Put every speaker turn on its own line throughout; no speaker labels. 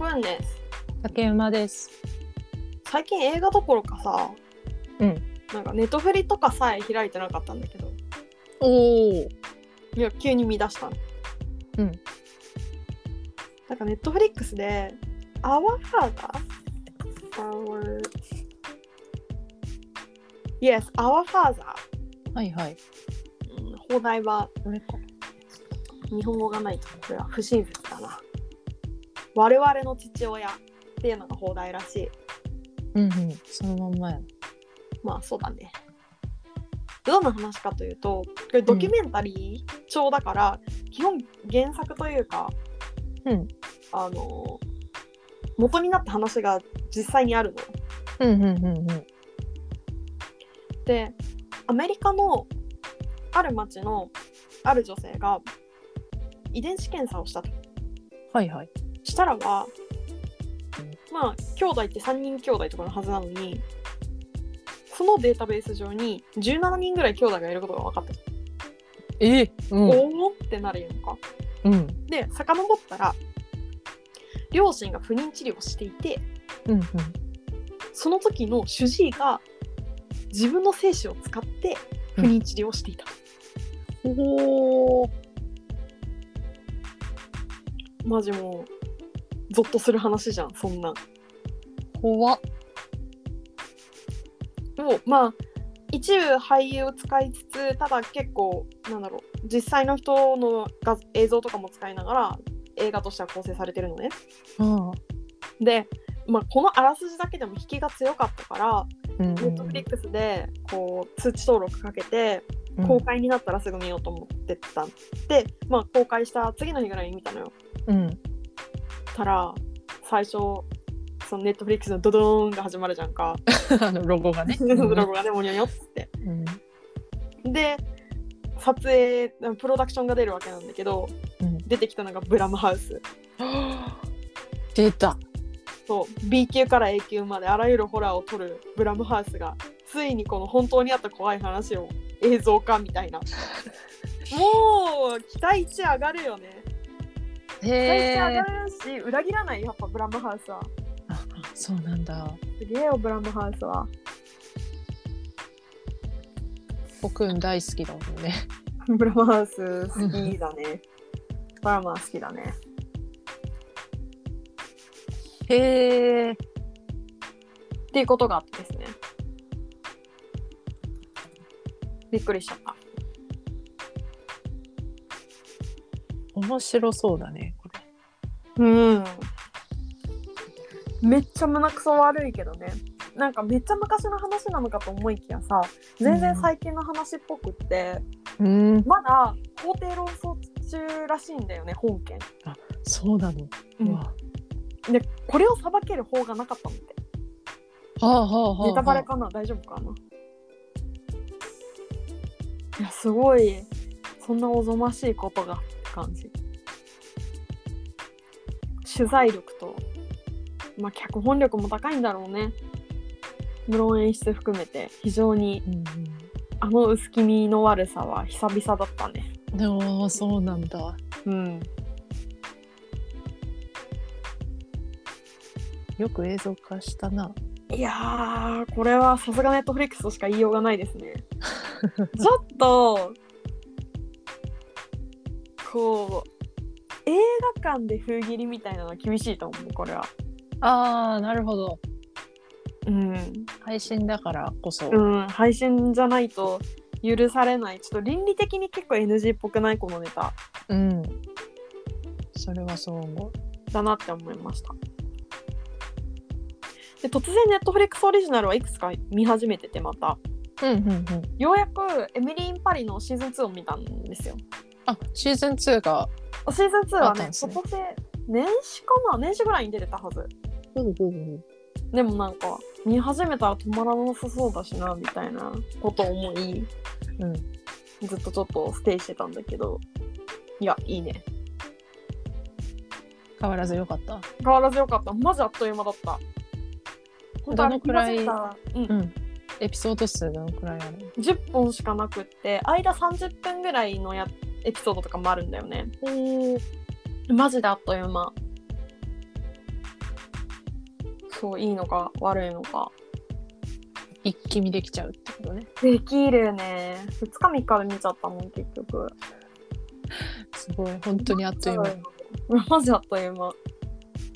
なんです
竹馬です。
最近映画どころかさ
うん
なんかネットフリとかさえ開いてなかったんだけど
おお。
いや急に見出したの
うん
なんかネットフリックスで「アワーハーダー」Our Yes, Our Father
はいはい。
うん放題は
これか。
日本語がないとこれは不親切だな我々の父親っていうのが放題らしい
うんうん。そのまんまや。
まあそうだね。どんな話かというと、これドキュメンタリー調だから、基本原作というか、
うん
あの元になった話が実際にあるの。
うんうんうんうん。
で、アメリカのある町のある女性が遺伝子検査をしたと。
はいはい。
したらは、まあ、兄弟って3人兄弟とかのはずなのに、そのデータベース上に17人ぐらい兄弟がいることが分かった。
えうん。
おおってなるやんか。
うん。
で遡ったら両親が不妊治療をしていて
うんうん。
その時の主治医が自分の精子を使って不妊治療をしていた、
おお。
マジもうゾッとする話じゃんそんなん
怖っ。
でもまあ一部俳優を使いつつただ結構なんだろう実際の人の画映像とかも使いながら映画としては構成されてるのね
ああ。
で、まあ、このあらすじだけでも引きが強かったから
うん
ネットフリックスでこう通知登録かけて公開になったらすぐ見ようと思ってたんで、まあ、公開した次の日ぐらいに見たのよ。
うん。
たら最初そのネットフリックスのドドーンが始まるじゃんか
あ のロゴがね。
ドラゴがねモニョニョっつって
うん。
で撮影プロダクションが出るわけなんだけど、
うん
出てきたのがブラムハウス
出た。
そう B 級から A 級まであらゆるホラーを撮るブラムハウスがついにこの本当にあった怖い話を映像化み たいなもう期待値上がるよね期
へ
待値上
え
が。るし裏切らないやっぱブラムハウスは
あそうなんだ。
すげえよブラムハウスは
僕大好きだもんね。
ブラムハウス好きだね ブラムは好きだね
へえ。
っていうことがあってですねびっくりしちゃった
面白そうだね。これ
うんめっちゃ胸くそ悪いけどねなんかめっちゃ昔の話なのかと思いきやさ全然最近の話っぽくって、
うん。
まだ法廷論争中らしいんだよね本件、
そうなの。うわ。は
でこれを裁ける法がなかったんだって
あはあはあ。
ネタバレかな大丈夫かないやすごいそんなおぞましいことがって感じ取材力とまあ脚本力も高いんだろうね無論演出含めて非常に
うん
あの薄気味の悪さは久々だったね
うん。でもそうなんだ。
うん
よく映像化したな。
いやーこれはさすがネットフリックスとしか言いようがないです ねちょっとこう映画館で封切りみたいなのは厳しいと思うこれは
ああ、なるほど。
うん、
配信だからこそ。
うん、配信じゃないと許されないちょっと倫理的に結構 NG っぽくないこのネタ
うん。それはそう思う。
だなって思いましたで突然ネットフリックスオリジナルはいくつか見始めててまた
うんうんうん。
ようやくエミリー・イン・パリのシーズン2を見たんですよ
あ、シーズン2が。
シーズン2
あ
は
った
ね
んです
今
ね
年年始かな年始ぐらいに出てたはず
ほうほうほう。
でもなんか見始めたら止まらなさそうだしなみたいなことを思い
うん。
ずっとちょっとステイしてたんだけどいやいいね
変わらず良かった。
変わらずよかったマジあっという間だった本当あれ
どのくらい
気がついたらうん
ん。エピソード数どのくらいある
10本しかなくって間30分ぐらいのやエピソードとかもあるんだよね
おお。
マジであっという間そういいのか悪いのか
一気見できちゃうってことね
できるね2日3日で見ちゃったもん結 局
すごい本当にあっという間
間マジあっという間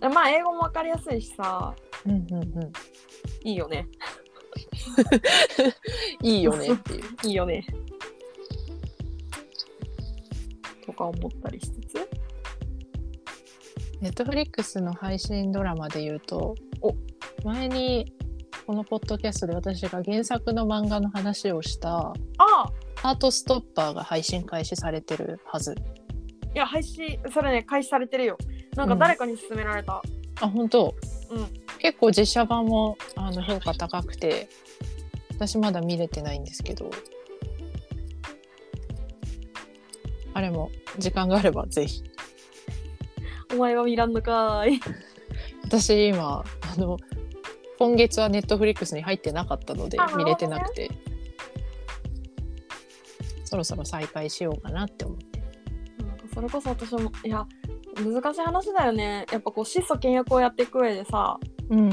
えまあ英語も分かりやすいしさ
うんうんうん
いいよね
いいよねっていう
いいよねとか思ったりしつつ
ネットフリックスの配信ドラマで言うと
お
前にこのポッドキャストで私が原作の漫画の話をした
ああ
「ハートストッパー」が配信開始されてるはず
いや配信それね開始されてるよなんか
うん
誰かに勧められた、
あ本当、
うん
結構実写版もあの評価高くて私まだ見れてないんですけどあれも時間があればぜひ
お前は見らんのかーい
私今あの今月はネットフリックスに入ってなかったので
あ
見れてなくてそろそろ再開しようかなって思って
なんかそれこそ私もいや難しい話だよねやっぱこう質素倹約をやっていく上でさ
うん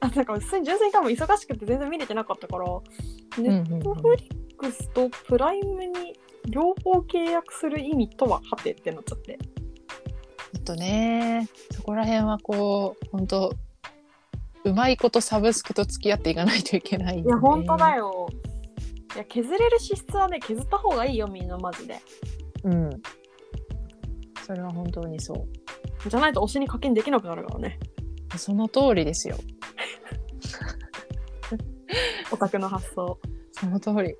あなんか普通に純粋に多分忙しくて全然見れてなかったから
うん
ネ
う
ッ
ん
トフリックスとプライムに両方契約する意味とははてってなっちゃって
ちょっとねそこら辺はこう本当うまいことサブスクと付き合っていかないといけない、ね、
いや本当だ
よ、
よいや削れる資質はね削った方がいいよみんなマジで
うん、それは本当にそう
じゃないと推しに課金できなくなるから ね
その通りですよ
オタクの発想
その通り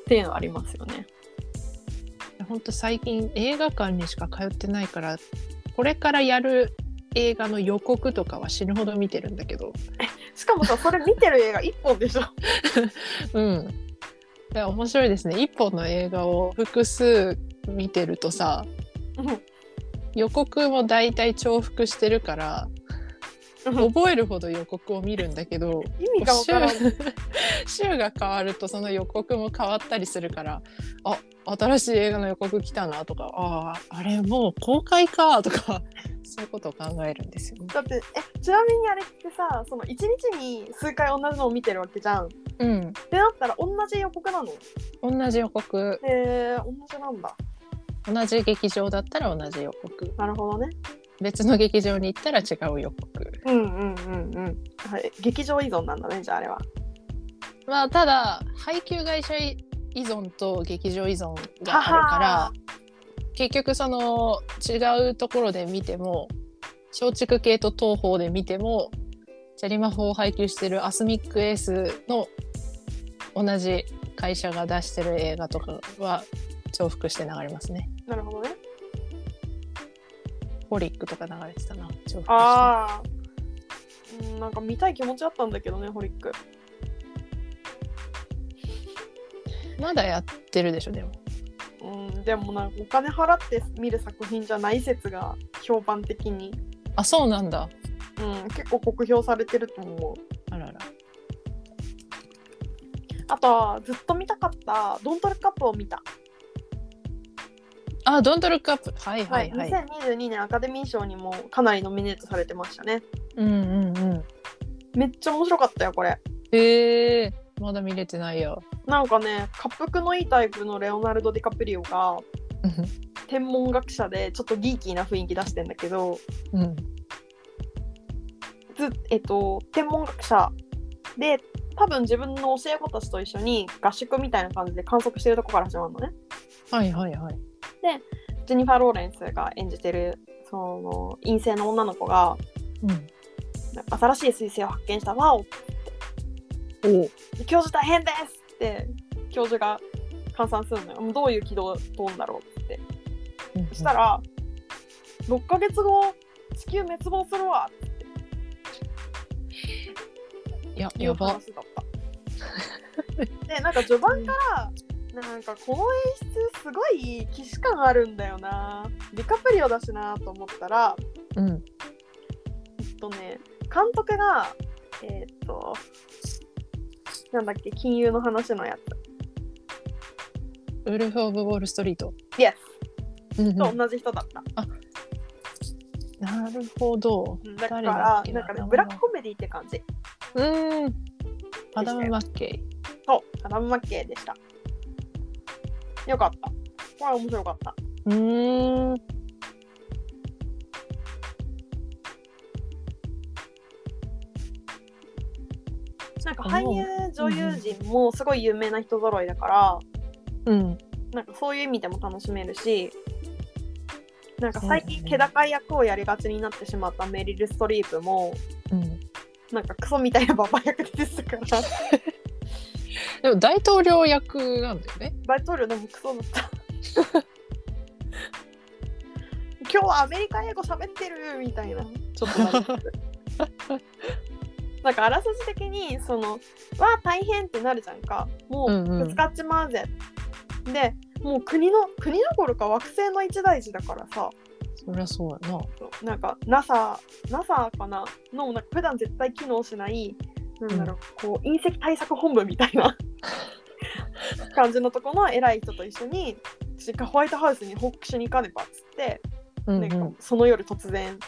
っていうのはありますよね
本当最近映画館にしか通ってないからこれからやる映画の予告とかは死ぬほど見てるんだけど
しかもさそれ見てる映画1本でしょ
うんいや面白いですね一本の映画を複数見てるとさ予告も大体重複してるから
うん
覚えるほど予告を見るんだけど
意味が分からん
週週が変わるとその予告も変わったりするからあ新しい映画の予告来たなとかあああれもう公開かとか そういうことを考えるんですよね。
だってえちなみにあれってさその1日に数回同じのを見てるわけじゃんっ
うん、
てなったら同じ予告なの
同じ予告
へえ同じなんだ
同じ劇場だったら同じ予告
なるほどね
別の劇場に行ったら違う予告
うんうんうんうんはい劇場依存なんだねじゃああれは
まあただ配給会社依存と劇場依存があるか
は
ら結局その違うところで見ても松竹系と東宝で見てもチャリマホを配給してるアスミックエースの同じ会社が出してる映画とかは重複して流れますね。
なるほどね
ホリックとか流れてたな。重複して
ああうんなんか見たい気持ちあったんだけどねホリック
まだやってるでしょでも。
うんでもなんかお金払って見る作品じゃない説が評判的に、
あそうなんだ。
うん、結構酷評されてると思う
あらあら。
あとはずっと見たかった「ドントルカップ」を見た、
あドントルックアップ。はいはいはい。
2022年アカデミー賞にもかなりノミネートされてましたね
うんうんうん。
めっちゃ面白かったよこれ
へえまだ見れてないよ。
なんかね滑覆のいいタイプのレオナルド・ディカプリオが天文学者でちょっとギーキーな雰囲気出してんだけど
うん。
ずえっと天文学者で多分自分の教え子たちと一緒に合宿みたいな感じで観測してるとこから始まるのね
はいはいはい。
ジェニファー・ローレンスが演じてるその陰性の女の子が
う
新しい彗星を発見したわお
ん。お
教授大変ですって教授が換算するのよもうどういう軌道飛んだろうってそした
ら。
ら6ヶ月後地球滅亡するわっ
いや、
ていう
やば。
話だった。でなんか序盤からなんかこの演出すごい既視感あるんだよなディカプリオだしなと思ったら
うん。
えっとね監督がえーっとなんだっけ金融の話のや
ウルフ・オブ・ウォール・ストリート。
つ Yes
うんうん
と同じ人だった。
なるほど。
うんだか
誰だ
ら
っけな
なんかね
名前は
ブラックコメディって感じ
うーん。アダム・マッケイ。
そうアダム・マッケイでしたよかったこれ面白かった
うーん。
なんか
おー
俳優女優陣もすごい有名な人揃いだから、
うん。
なんかそういう意味でも楽しめるしなんか
そうだね
最近気高い役をやりがちになってしまったメリル・ストリープも
うん。
なんかクソみたいなババア役でしたから
でも大統領役なんだよね。
大統領でもクソだった今日はアメリカ英語喋ってるみたいなちょっとなるなんかあらすじ的にその「わあ大変」ってなるじゃんかもう
うんうん
ぶつかっちまうぜ、でもう国の国どころか惑星の一大事だからさ
そりゃそうやな。
なんか NASA, NASA かなのなんか普段絶対機能しないなんだろう、こう隕石対策本部みたい な感じのとこの偉い人と一緒に私ホワイトハウスに報告しに行かねばっつって、
うん、う
なん
ん
か。その夜突然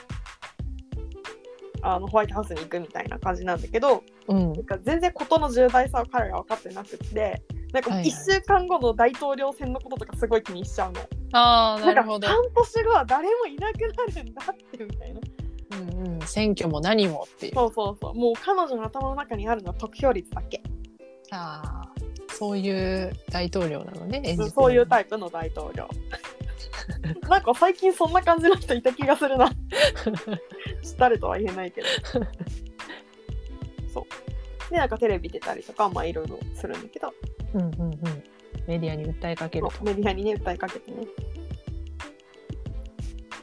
あのホワイトハウスに行くみたいな感じなんだけど
うん
な。んか全然事の重大さを彼らは分かってなくってなんか
はいはい
1週間後の大統領選のこととかすごい気にしちゃうの。
ああ、なる
なん
ほ
か
ど。
半年後は誰もいなくなるんだってみたいな。
うんうん。選挙も何もっていう。
そうそうそうもう彼女の頭の中にあるのは得票率だけ
ああ。そういう大統領なのね。演じてるの
そういうタイプの大統領 なんか最近そんな感じの人いた気がする な誰とは言えないけどそうでなんかテレビ出たりとかまあいろいろするんだけど
うんうんうん。メディアに訴えかけると。
メディアにね訴えかけてね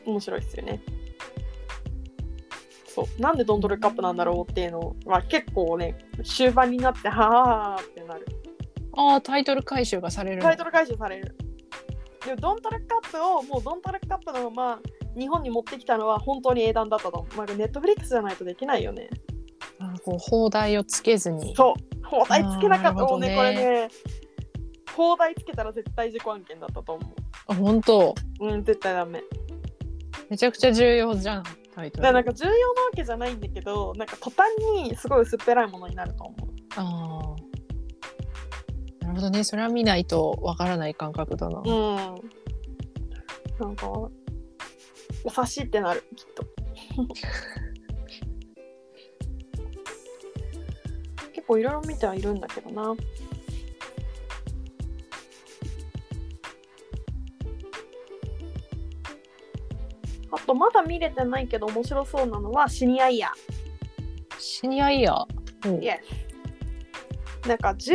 面白いですよねそうなんでドントルックアップなんだろうっていうのは結構ね終盤になってはあってなる
ああ、タイトル回収がされるんだ
タイトル回収される。でもドントルックアップをもうドントルックアップのまま日本に持ってきたのは本当に英断だったと思う。まあ、ネットフリックスじゃないとできないよね。
あーこう放題をつけずに。
そう。放題つけなかったもん
あ
ね、
ー
こ
な
れ
るほどね
ね。放題つけたら絶対自己案件だったと思
あ本当。
う。うん、絶対ダメ。
めちゃくちゃ重要じゃん。タイト
だから
ル。
なんか重要なわけじゃないんだけど、なんか途端にすごい薄っぺらいものになると思う。
ああ。なるほどね。それは見ないとわからない感覚だな。
うん。なんか、お察しってなる、きっと。 結構いろいろ見てはいるんだけどな。あと、まだ見れてないけど面白そうなのはシニアイヤ
シニアイヤー。うん
ー。Yes なんか18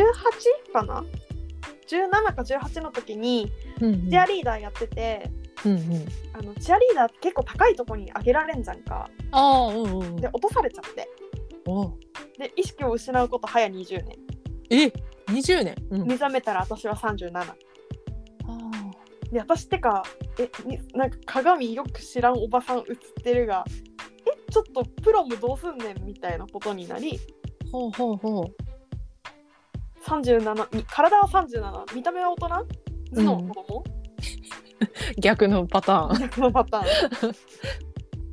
かな ?17 か18の時に
うんうん
チアリーダーやってて、
うんうん。
あのチアリーダーって結構高いとこに上げられんじゃんか
ああ、うんうんうん
で。落とされちゃって
お
で意識を失うこと早20年
え、二十年。うん
目覚めたら私は37
あ
で私ってかえになんか鏡よく知らんおばさん映ってるがえちょっとプロムどうすんねんみたいなことになり
ーほうほうほう。
37に体は37見た目は大人頭脳は子供、
逆のパターン。
のパターン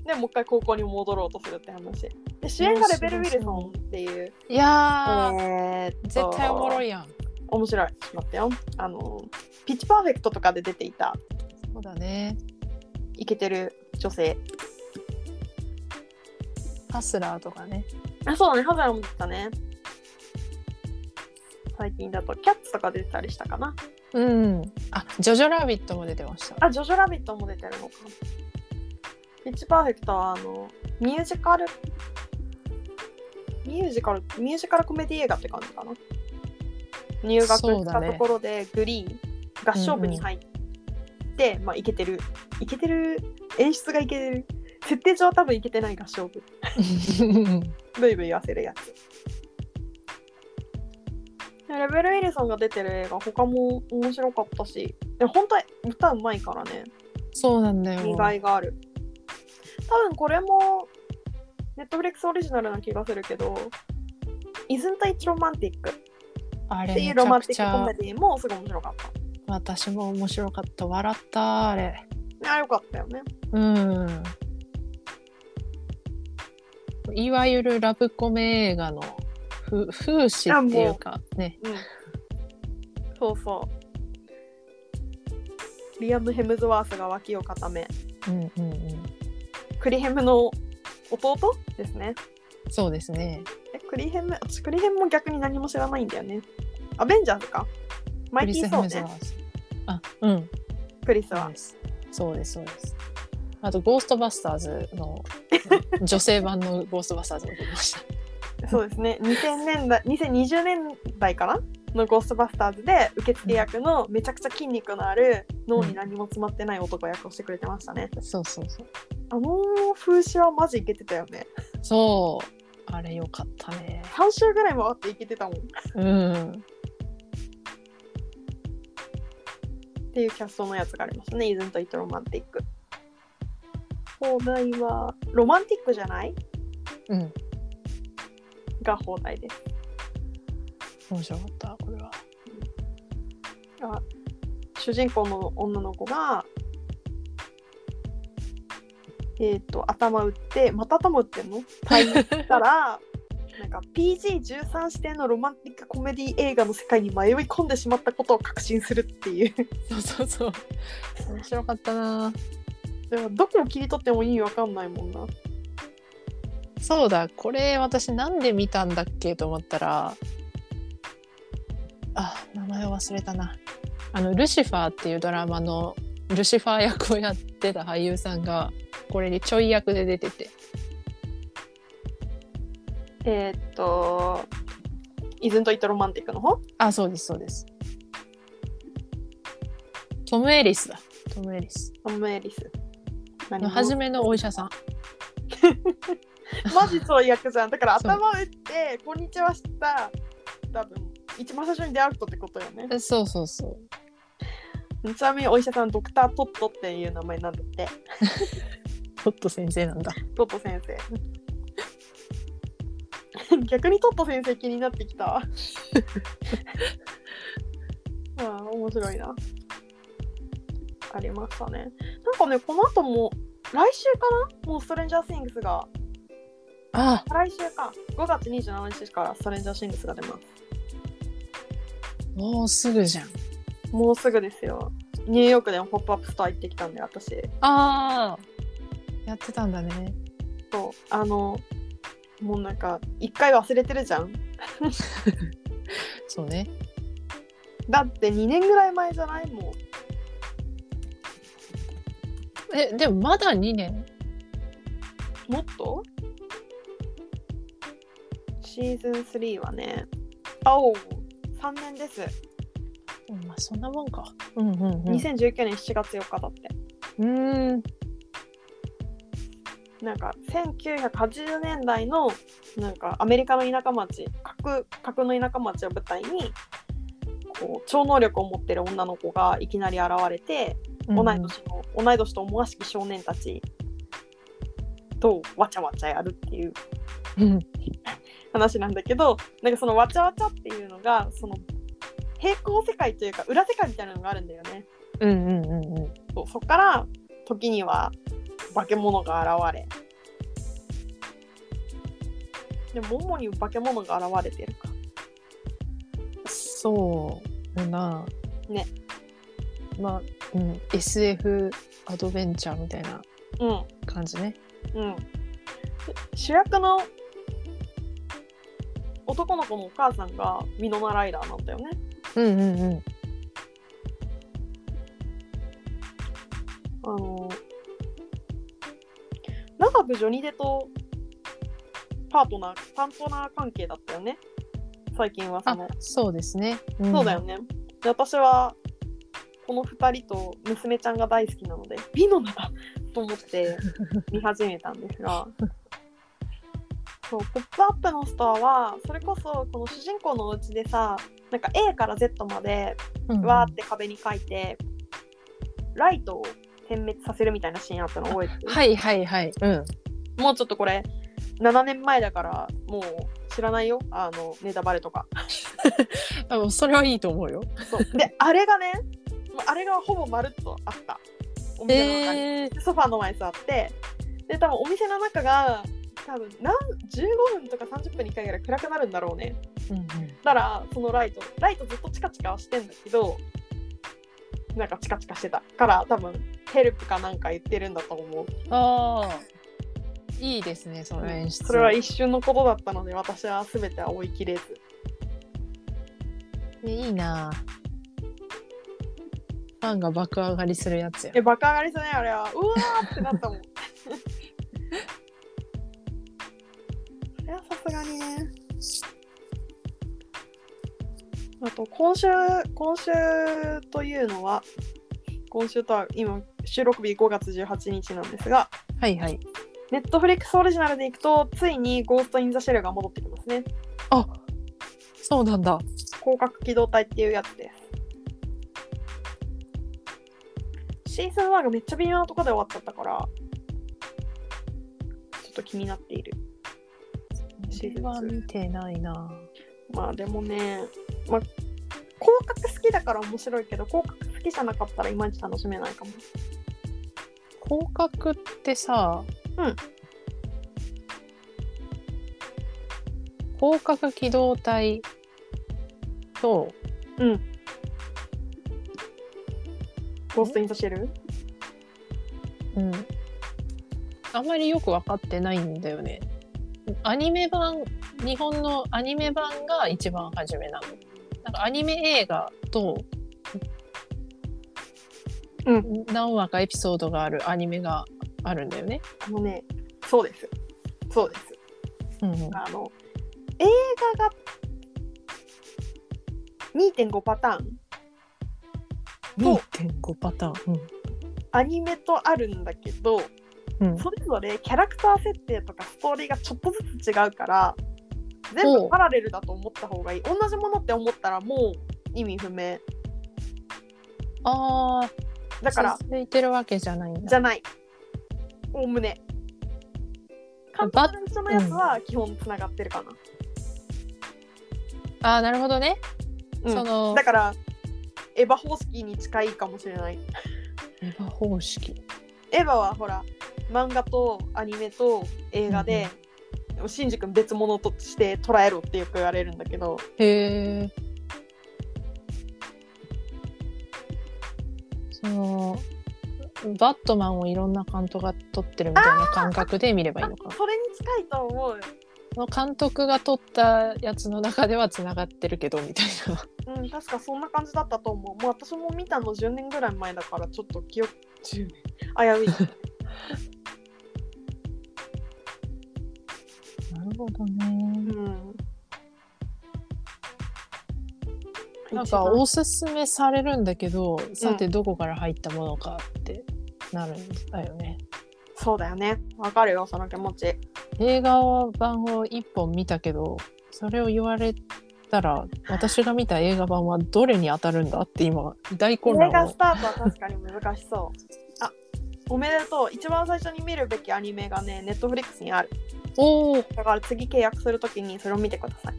でもう一回高校に戻ろうとするって話で主演がレベル・ウィルソンっていう
いやー、
えーっと
絶対おもろいやん。
面白いちょっと待ってよあのピッチパーフェクトとかで出ていた
そうだね。
イケてる女性
ハスラーとかね。
あそうだねハザラも出てたね最近だとキャッツとか出てたりしたかな
うん。あ、ジョジョラビットも出てま した。
あジョジョラビットも出てるのかピッチパーフェクトはあのミュージカルミュージカルミュージカルコメディ映画って感じかな入学
そう
した
だね
ところで、グリーン合唱部に入って、まあイケてるイケてる演出がイケてる設定上は多分イケてない合唱部ブイブイ言わせるやつレベル・ウィルソンが出てる映画他も面白かったしえ本当は歌うまいからね
そうなんだよ。
見がいがある多分これもネットフリックスオリジナルな気がするけど「Isn't It Romantic」
あれ
っていう
めち
ロマ
ゃ
ンテ
く
ィ
ち
ックコ
ゃ
メディもすごい面白かった
私も面白かった笑ったあれ
ねあよかったよね
うんいわゆるラブコメ映画のふ風刺っていうかね
うん、そうそうリアム・ヘムズワースが脇を固め
うんうんうん
クリヘムの弟ですね
そうですね
えクリヘム私クリヘムも逆に何も知らないんだよねアベンジャーズかマ
ク
イ
リ
ティ
ス・
ー・ソ
ヘムズ
ー
ワ
ね
ースあうん
クリス
そう
は
ですそうですそうですあと「ゴーストバスターズの」 女性版の「ゴーストバスターズ」も出ました
そうですね2000年代2020年代かなのゴーストバスターズで受付役のめちゃくちゃ筋肉のある脳に何も詰まってない男役をしてくれてましたね
そうそうそう
あの風刺はマジいけてたよね
そうあれよかったね
3週ぐらい回っていけてたもんっ
うん
ていうキャストのやつがありましたね「イズンとイットロマンティック」放題は「ロマンティックじゃない?
うん」
が放題です
面白かったこれは
主人公の女の子がえっ、と頭打ってまた頭打ってんの 退院したらなんか PG13 指定のロマンティックコメディ映画の世界に迷い込んでしまったことを確信するっていう
そうそうそう面白かったな
だからどこを切り取っても意味わかんないもんな
そうだこれ私なんで見たんだっけと思ったらあ名前を忘れたなあの「ルシファー」っていうドラマのルシファー役をやってた俳優さんがこれにちょい役で出てて
えーっと「イズンとイットロマンティック」の方
あそうですそうですトム・エリスだトム・エリス
トム・エリス何
の
も
初めのお医者さん
マジそういう役じゃんだから
そう
頭打って「こんにちは」した多分一番最初に出会う人ってことよね
そうそうそう
ちなみにお医者さんドクタートットっていう名前なんだって
トット先生なんだ
トット先生 逆にトット先生気になってきた ああ面白いなありましたねなんかねこの後も来週かなもうストレンジャー・シングスが
あ
来週か5月27日からストレンジャー・シングスが出ます
もうすぐじゃん
もうすぐですよニューヨークでもポップアップストア行ってきたんで私
ああやってたんだね
そうあのもうなんか一回忘れてるじゃん
そうね
だって2年ぐらい前じゃないもう
えでもまだ2年
もっとシーズン3はねあお3年です、
うんまあそんなもんかうんうんうんう
2019年7月4日だって
ーん
なんか1980年代のなんかアメリカの田舎町核核の田舎町を舞台にこう超能力を持ってる女の子がいきなり現れて、同い年の同い年と思わしき少年たちとわちゃわちゃやるっていう
うん
話なんだけどなんかそのわちゃわちゃっていうのがその平行世界というか裏世界みたいなのがあるんだよね。
うんうんうんうん
そうそこから時には化け物が現れでも主に化け物が現れてるか
そうだな
ね
まあ、うん、SF アドベンチャーみたいな
うん
感じね
うん、主役の男の子のお母さんがミノナライダーなんだよね。
うんうんうん
あの長くジョニデとパートナー、パートナー関係だったよね。最近はそ
あ
の。
そうですね、ん
そうだよね。で私はこの2人と娘ちゃんが大好きな ので、ミノナだと思って見始めたんですが。そうポップアップのストアはそれこそこの主人公のお家でさなんか A から Z まで
うんうん
わーって壁に書いて、ライトを点滅させるみたいなシーンあったの覚えてる、
はいはいはいうん
もうちょっとこれ7年前だからもう知らないよあのネタバレとか
あもうそれはいいと思うよ
そう であれがねもうあれがほぼまるっとあったお店の中に、
えー、
ソファーの前に座ってで多分お店の中が多分なん15分とか30分に1回ぐらい暗くなるんだろうね
うん
だからそのライトライトずっとチカチカはしてんだけどなんかチカチカしてたから多分ヘルプかなんか言ってるんだと思う
ああいいですねその演出
それは一瞬のことだったので私は全ては追い切れず
ねいいなファンが爆上がりするやつや
えバカ上がりじゃないあれはうわーってなったもんあれはさすがにねあと今週今週というのは今週とは今収録日5月18日なんですが
はいはい
ネットフリックスオリジナルでいくとついに「ゴースト・イン・ザ・シェル」が戻ってきますね
そうなんだ
広角機動隊っていうやつですシーズン1がめっちゃ微妙なとこで終わっちゃったからちょっと気になっているシーズン2
これは見てないな
まあでもねまあ広角好きだから面白いけど広角好きじゃなかったらいまいち楽しめないかも
広角ってさ
うん
広角機動隊と
うんゴースト・イン・ザ・シェル
うんあんまりよく分かってないんだよねアニメ版日本のアニメ版が一番初めなのなんかアニメ映画と、
うん
何話かエピソードがあるアニメがあるんだよね、
あのねそうですそうです
うんうん、
あの映画が2.5パターン
2.5パターン、
アニメとあるんだけど
うんうん、
それぞれキャラクター設定とかストーリーがちょっとずつ違うから全部パラレルだと思った方がいい同じものって思ったらもう意味不明
ああ
だから
続いてるわけじゃないんだ
じゃないおおむね監督の人のやつは基本つながってるかな、
ああなるほどね、
うん
その
だからエヴァ方式に近いかもしれない
エヴァ方式
エヴァはほら漫画とアニメと映画で、シンジ君別物として捉えろってよく言われるんだけど
へえ。その、バットマンをいろんな監督が撮ってるみたいな感覚で見ればいいのか。
それに近いと思う
その監督が撮ったやつの中では繋がってるけど、みたいな。
うん、確かそんな感じだったと思う。もう私も見たの10年ぐらい前だから、ちょっと記憶、10年。 危うい。
なるほどね。
うん。
なん
一
か、
番
おすすめされるんだけど、さてどこから入ったものかってなるんだよね。
そうだよね。わかるよ、その気持ち。
映画版を一本見たけど、それを言われたら、私が見た映画版はどれに当たるんだって今、大
映
混乱
画
を
ス。タートは確かに難しそう。あおめでとう。一番最初に見るべきアニメがね、ネットフリックスにある。
おお、
だから次契約するときにそれを見てください。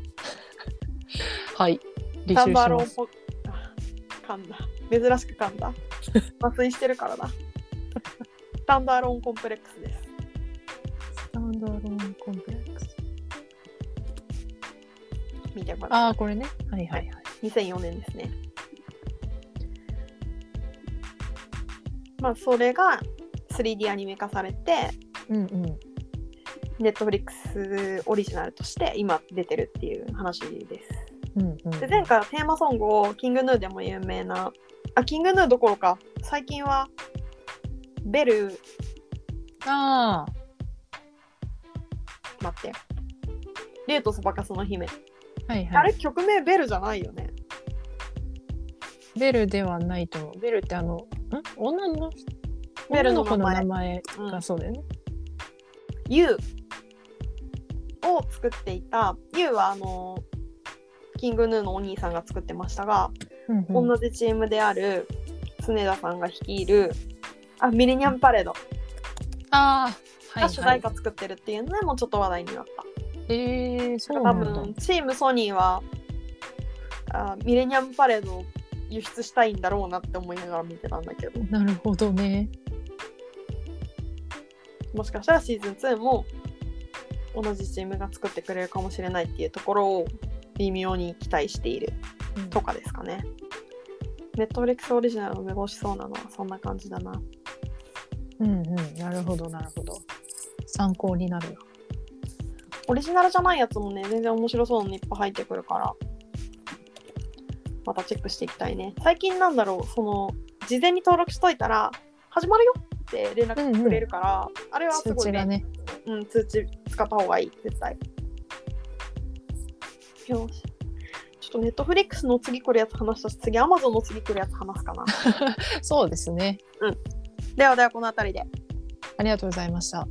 はい。履
タ
修
ン
し
バロ
ま
ン
す。
ポあ噛んだ珍しく噛んだ麻酔してるから だタンバーロンコンプレックスです
タンバロンコンプレックス。
見てもらう
ああ、これね。はいはいはい。
2004年ですねまあそれが 3D アニメ化されて
うんうん。
ネットフリックスオリジナルとして今出てるっていう話です
うんうん、
で前回はテーマソングをキングヌーでも有名なあキングヌーどころか最近はベル
ああ、
待って。竜とそばかすの姫。
はい
あ
は
れ
い。
曲名ベルじゃないよね。
ベルではないと思う。ベルってあの、ん女の人
ベル
女
の
の
名
子の名
前。
前
う
が
ん
そうだよね。
ユーを作っていた。ユーはあのキングヌーのお兄さんが作ってましたが、
うんうん
同じチームである常田さんが率いる。あミレニアムパレード
ああ、はい
が主題
はい
歌。作ってるっていうのでもうちょっと話題になった。
ええー、そうな
多
んだ。
分チームソニーはあミレニアムパレードを輸出したいんだろうなって思いながら見てたんだけど、
なるほどね。
もしかしたらシーズン2も同じチームが作ってくれるかもしれないっていうところを微妙に期待しているとかですかね。ネットフリックスオリジナルの梅干しそうなのはそんな感じだな。
うんうん、なるほどなるほど参考になるな
オリジナルじゃないやつもね、全然面白そうなのいっぱい入ってくるから、またチェックしていきたいね。最近なんだろう、その、事前に登録しといたら、始まるよって連絡くれるから、あれはす
通
ごい
知が
ね、
ね
うん、通知使った方がいい、絶対。よし。ちょっとネットフリックスの次来るやつ話したし、次 Amazon の次来るやつ話すかな。
そうですね
ではではこの辺りで。
ありがとうございました